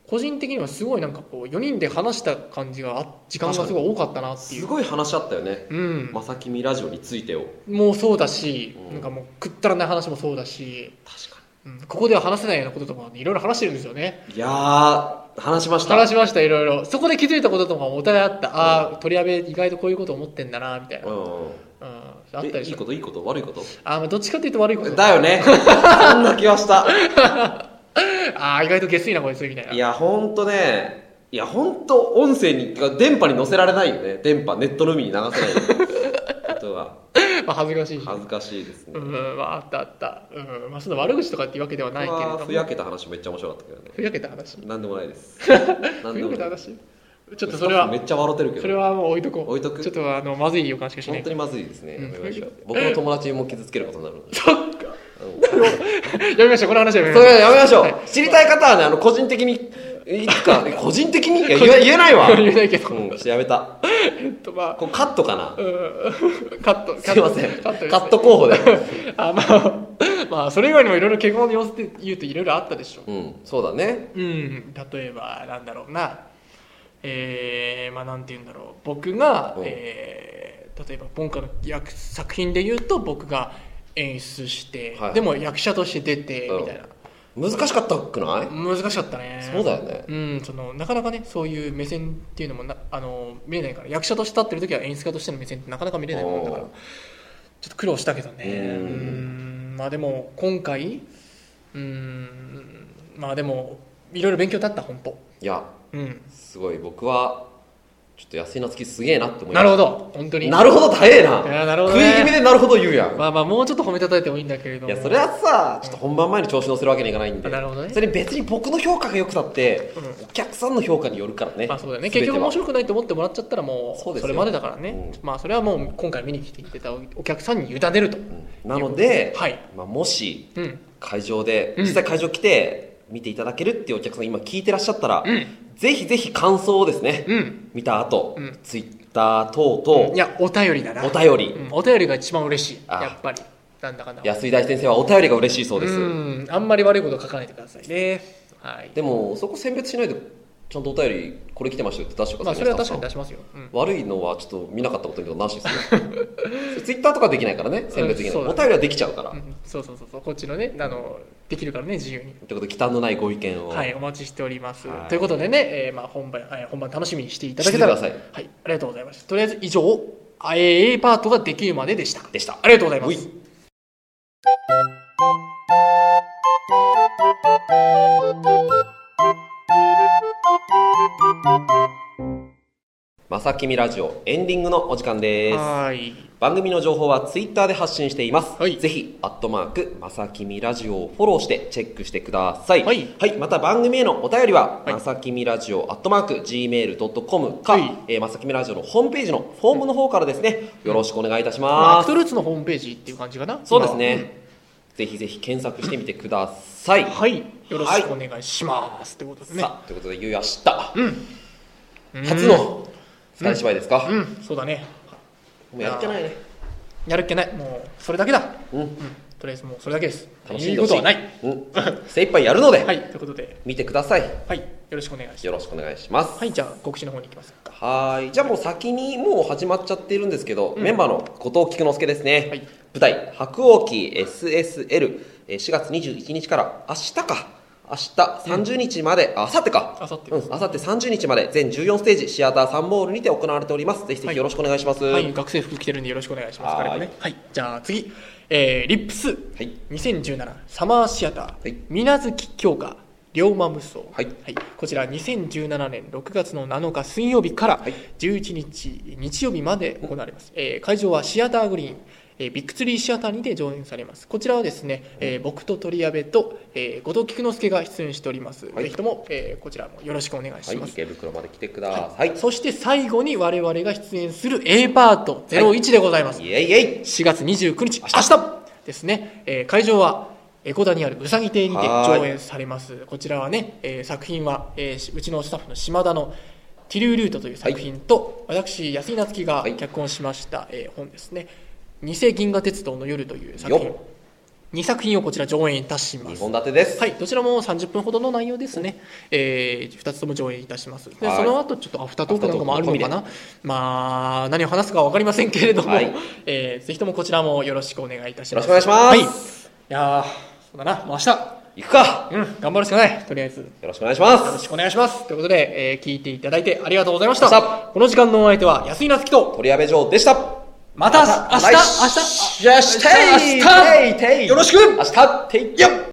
Speaker 1: 個人的にはすごいなんかこう4人で話した感じがあ時間がすごい多かったなってい
Speaker 2: す
Speaker 1: う、
Speaker 2: ごい話し合ったよね
Speaker 1: うん、
Speaker 2: まさきみラジオについてを
Speaker 1: もうそうだし、
Speaker 2: うん
Speaker 1: なんかもうくったらない話もそうだし、
Speaker 2: 確か
Speaker 1: うんここでは話せないようなこととかいろいろ話してるんですよね
Speaker 2: にいやー話しました
Speaker 1: 話しましたいろいろそこで気づいたこととかもお互いあったああ取り上げ意外とこういうこと思ってんだなみたいな、
Speaker 2: う
Speaker 1: うん、
Speaker 2: ん
Speaker 1: あった
Speaker 2: え
Speaker 1: り
Speaker 2: い
Speaker 1: し
Speaker 2: い
Speaker 1: て
Speaker 2: こといいこと悪いこと
Speaker 1: あーまあどっちかっていうと悪いこと
Speaker 2: だよねそんな気はした
Speaker 1: ああ意外と下水なこいつみたいない
Speaker 2: やほんとねいやほんと音声に電波に載せられないよね電波ネットの海に流せない ことが
Speaker 1: まあ恥ずかしいし
Speaker 2: 恥ずかしいですね
Speaker 1: うんまああったあったうんまあその悪口とかっていうわけではないけれども
Speaker 2: ふやけた話めっちゃ面白かったけどね
Speaker 1: ふやけた話
Speaker 2: なんでもないです なん
Speaker 1: ふ
Speaker 2: で
Speaker 1: や
Speaker 2: も
Speaker 1: けた
Speaker 2: ない
Speaker 1: 話ちょっとそれは
Speaker 2: めっちゃ笑ってるけど
Speaker 1: それはもう置いとこう
Speaker 2: 置いとく
Speaker 1: ちょっとあのまずい予感しかしな
Speaker 2: 本
Speaker 1: い
Speaker 2: 当にまずいですね、
Speaker 1: うん
Speaker 2: やめましょう僕の友達も傷つけることになるので
Speaker 1: そっかやめましょうこの話はやめ
Speaker 2: そ
Speaker 1: ましょう
Speaker 2: れやめましょう、
Speaker 1: はい
Speaker 2: 知りたい方はねあの個人的にい つか個人的にいや言え言えないわ
Speaker 1: 言えないけど
Speaker 2: うん、ちょっとやめた
Speaker 1: えっとま あ
Speaker 2: これカットかな
Speaker 1: うんカット
Speaker 2: すいません
Speaker 1: カットです
Speaker 2: カット候補で
Speaker 1: あまあまあそれ以外にもいろいろ結婚の様子って言うといろいろあったでしょ
Speaker 2: うんそうだね
Speaker 1: うん、例えばなんだろうなえー、まあなんて言うんだろう僕が、
Speaker 2: うん
Speaker 1: えー例えば今回の役作品で言うと僕が演出して、
Speaker 2: はい
Speaker 1: でも役者として出て
Speaker 2: うん
Speaker 1: みたいな
Speaker 2: 難しかったくない
Speaker 1: 難しかったね
Speaker 2: そうだよね
Speaker 1: うんそのなかなかねそういう目線っていうのもなあの見れないから役者として立ってる時は演出家としての目線ってなかなか見れないもんだから
Speaker 2: お
Speaker 1: ちょ
Speaker 2: ー
Speaker 1: っと苦労したけどね
Speaker 2: うん
Speaker 1: うんまあでも今回うんまあでもいろいろ勉強になった本当
Speaker 2: いや
Speaker 1: うん
Speaker 2: すごい僕はちょっと安井夏樹すげえなって思いま
Speaker 1: な
Speaker 2: し
Speaker 1: る
Speaker 2: た
Speaker 1: ほど本当に
Speaker 2: なるほど大えない
Speaker 1: やなるほどね
Speaker 2: 食い気味でなるほど言うやん
Speaker 1: まあまあもうちょっと褒めたたえてもいいんだけれど
Speaker 2: い
Speaker 1: も
Speaker 2: やそれはさちょっと本番前に調子乗せるわけにいかないんで
Speaker 1: あなるほどね
Speaker 2: それに別に僕の評価が良くたって、
Speaker 1: うん
Speaker 2: お客さんの評価によるからね
Speaker 1: まあそうだよね
Speaker 2: 全
Speaker 1: 結
Speaker 2: ては
Speaker 1: 局面白くないと思ってもらっちゃったらも
Speaker 2: そうで
Speaker 1: うそ
Speaker 2: すよ
Speaker 1: れまでだからね
Speaker 2: う
Speaker 1: まあそれはもう今回見に来ていただいたお客さんに委ねると
Speaker 2: うんなので、
Speaker 1: はい
Speaker 2: まあ、もし
Speaker 1: うん
Speaker 2: 会場で、
Speaker 1: うん
Speaker 2: 実際会場来て見ていただけるっていうお客さん今聞いてらっしゃったら、
Speaker 1: うん
Speaker 2: ぜひぜひ感想をですね、
Speaker 1: うん
Speaker 2: 見た後、
Speaker 1: うん
Speaker 2: ツイッター等々、
Speaker 1: いやお便りだな
Speaker 2: お便り、
Speaker 1: うんお便りが一番嬉しい
Speaker 2: あ
Speaker 1: やっぱりなんだかんだ
Speaker 2: 安井大先生はお便りが嬉しいそうです、
Speaker 1: うんあんまり悪いこと書かないでくださいねはい
Speaker 2: でもそこ選別しないでちゃんとお便りこれ来てましたよって出してく
Speaker 1: ま
Speaker 2: だ
Speaker 1: あ
Speaker 2: さ
Speaker 1: そ
Speaker 2: いね
Speaker 1: れは確かに
Speaker 2: スタッ
Speaker 1: 出しま
Speaker 2: フ
Speaker 1: すようん
Speaker 2: さん悪いのはちょっと見なかったことになしですね ツイッターとかできないからね選別できない、
Speaker 1: うんそうだ
Speaker 2: お
Speaker 1: ね
Speaker 2: 便りはできちゃうから、
Speaker 1: うんそうそうそうそうこっちのねあのできるからね自由に
Speaker 2: ということで忌憚のないご意見を、
Speaker 1: はいお待ちしております
Speaker 2: はい
Speaker 1: ということでねえーまあ本番えー本番楽しみにしていただけ
Speaker 2: して
Speaker 1: た
Speaker 2: く
Speaker 1: ら
Speaker 2: ださ
Speaker 1: はいいありがとうございましたとりあえず以上 A パートができるまででした
Speaker 2: でした
Speaker 1: ありがとうございま
Speaker 2: うい
Speaker 1: す
Speaker 2: まさきみラジオエンディングのお時間です
Speaker 1: はーい
Speaker 2: 番組の情報はツイッターで発信しています、
Speaker 1: はい
Speaker 2: ぜひ「アットマークまさきみラジオ」をフォローしてチェックしてください、
Speaker 1: はい
Speaker 2: また番組へのお便りは、
Speaker 1: はい
Speaker 2: まさきみラジオ」「アットマーク Gmail.com」か、
Speaker 1: はい
Speaker 2: えーまさきみラジオのホームページのフォームの方からですね、よろしくお願いいたし
Speaker 1: まあア
Speaker 2: ま
Speaker 1: ク
Speaker 2: す、
Speaker 1: トルーツのホームページっていう感じかな
Speaker 2: そうです
Speaker 1: 今
Speaker 2: ね、ぜひぜひ検索してみてください、
Speaker 1: ははいよろしくお願いしますってことですね
Speaker 2: さあということでゆうやした、
Speaker 1: うん
Speaker 2: 初の二人芝居ですか、
Speaker 1: う
Speaker 2: も
Speaker 1: んそうだね
Speaker 2: うやるっけないね
Speaker 1: やるっけないもうそれだけだ
Speaker 2: うん
Speaker 1: とりあえずもうそれだけです
Speaker 2: 楽しん
Speaker 1: 言
Speaker 2: で
Speaker 1: うこ
Speaker 2: ほし
Speaker 1: と
Speaker 2: い
Speaker 1: はない
Speaker 2: うん、精一杯やるので、
Speaker 1: はいということで
Speaker 2: 見てください
Speaker 1: はいよろしくお願いします
Speaker 2: よろしくお願いします
Speaker 1: はいじゃあ告知の方に行きます
Speaker 2: はーいじゃあもう先にもう始まっちゃっているんですけど、
Speaker 1: うん
Speaker 2: メンバーの後藤菊之助ですね、
Speaker 1: はい
Speaker 2: 舞台「白鸚記 SSL」えー4月21日から明日か明日30日まで、あ明後日か
Speaker 1: 明後日
Speaker 2: う
Speaker 1: で
Speaker 2: ん、
Speaker 1: す
Speaker 2: 明後日30日まで全14ステージシアターサンボールにて行われておりますぜひぜひよろしくお願いしますは、
Speaker 1: はいい学生服着てるんでよろしくお願いします
Speaker 2: はーい
Speaker 1: 彼もねはいじゃあ次えーリップス2017サマーシアタ
Speaker 2: はい
Speaker 1: ー水月強化龍馬無双
Speaker 2: はい
Speaker 1: こちら2017年6月の7日水曜日から
Speaker 2: はい
Speaker 1: 11日日曜日まで行われます、えー会場はシアターグリーンえービッグツリーシアターにて上演されますこちらはですね、えー僕と鳥矢部と、えー後藤菊之助が出演しております、
Speaker 2: はい
Speaker 1: ぜひとも、えーこちらもよろしくお願いします、
Speaker 2: 池袋まで来てください、
Speaker 1: そして最後に我々が出演する A パート01でございます、
Speaker 2: イエイイエイ
Speaker 1: 4月29日
Speaker 2: 明
Speaker 1: 明
Speaker 2: 日
Speaker 1: 日ですね、えー会場はエコダにあるうさぎ亭にて
Speaker 2: はーい
Speaker 1: 上演されますこちらはね、えー作品は、えーしうちのスタッフの島田の「ティルールート」という作品と、私安井夏樹が
Speaker 2: はい
Speaker 1: 脚本しました、えー本ですね「偽銀河鉄道の夜」という作品
Speaker 2: よ
Speaker 1: 2作品をこちら上演いたしま
Speaker 2: 2
Speaker 1: す
Speaker 2: 本立てです、
Speaker 1: はい、どちらも30分ほどの内容ですね、えー、2つとも上演いたします、で
Speaker 2: はい
Speaker 1: その後ちょっとアフタートークなんかもあるのかな、まあ、何を話すかは分かりませんけれども、
Speaker 2: はい
Speaker 1: えーぜひともこちらもよろしくお願いいたします。
Speaker 2: よろしくお願
Speaker 1: は
Speaker 2: いしま
Speaker 1: い、いやーそうだな、もう明日、
Speaker 2: 行くか
Speaker 1: うん、頑張るしかない、とりあえず。よ
Speaker 2: よろしくお願いします
Speaker 1: ろしくお願いします。ということで、えー聞いていただいてありがとうございまし
Speaker 2: ありがとうございま
Speaker 1: た。この時間のお相手は安井なつきと、
Speaker 2: 鳥矢部城でした
Speaker 1: また明日、明日、
Speaker 2: 明日明日
Speaker 1: 明日
Speaker 2: よろしく明日ていよっ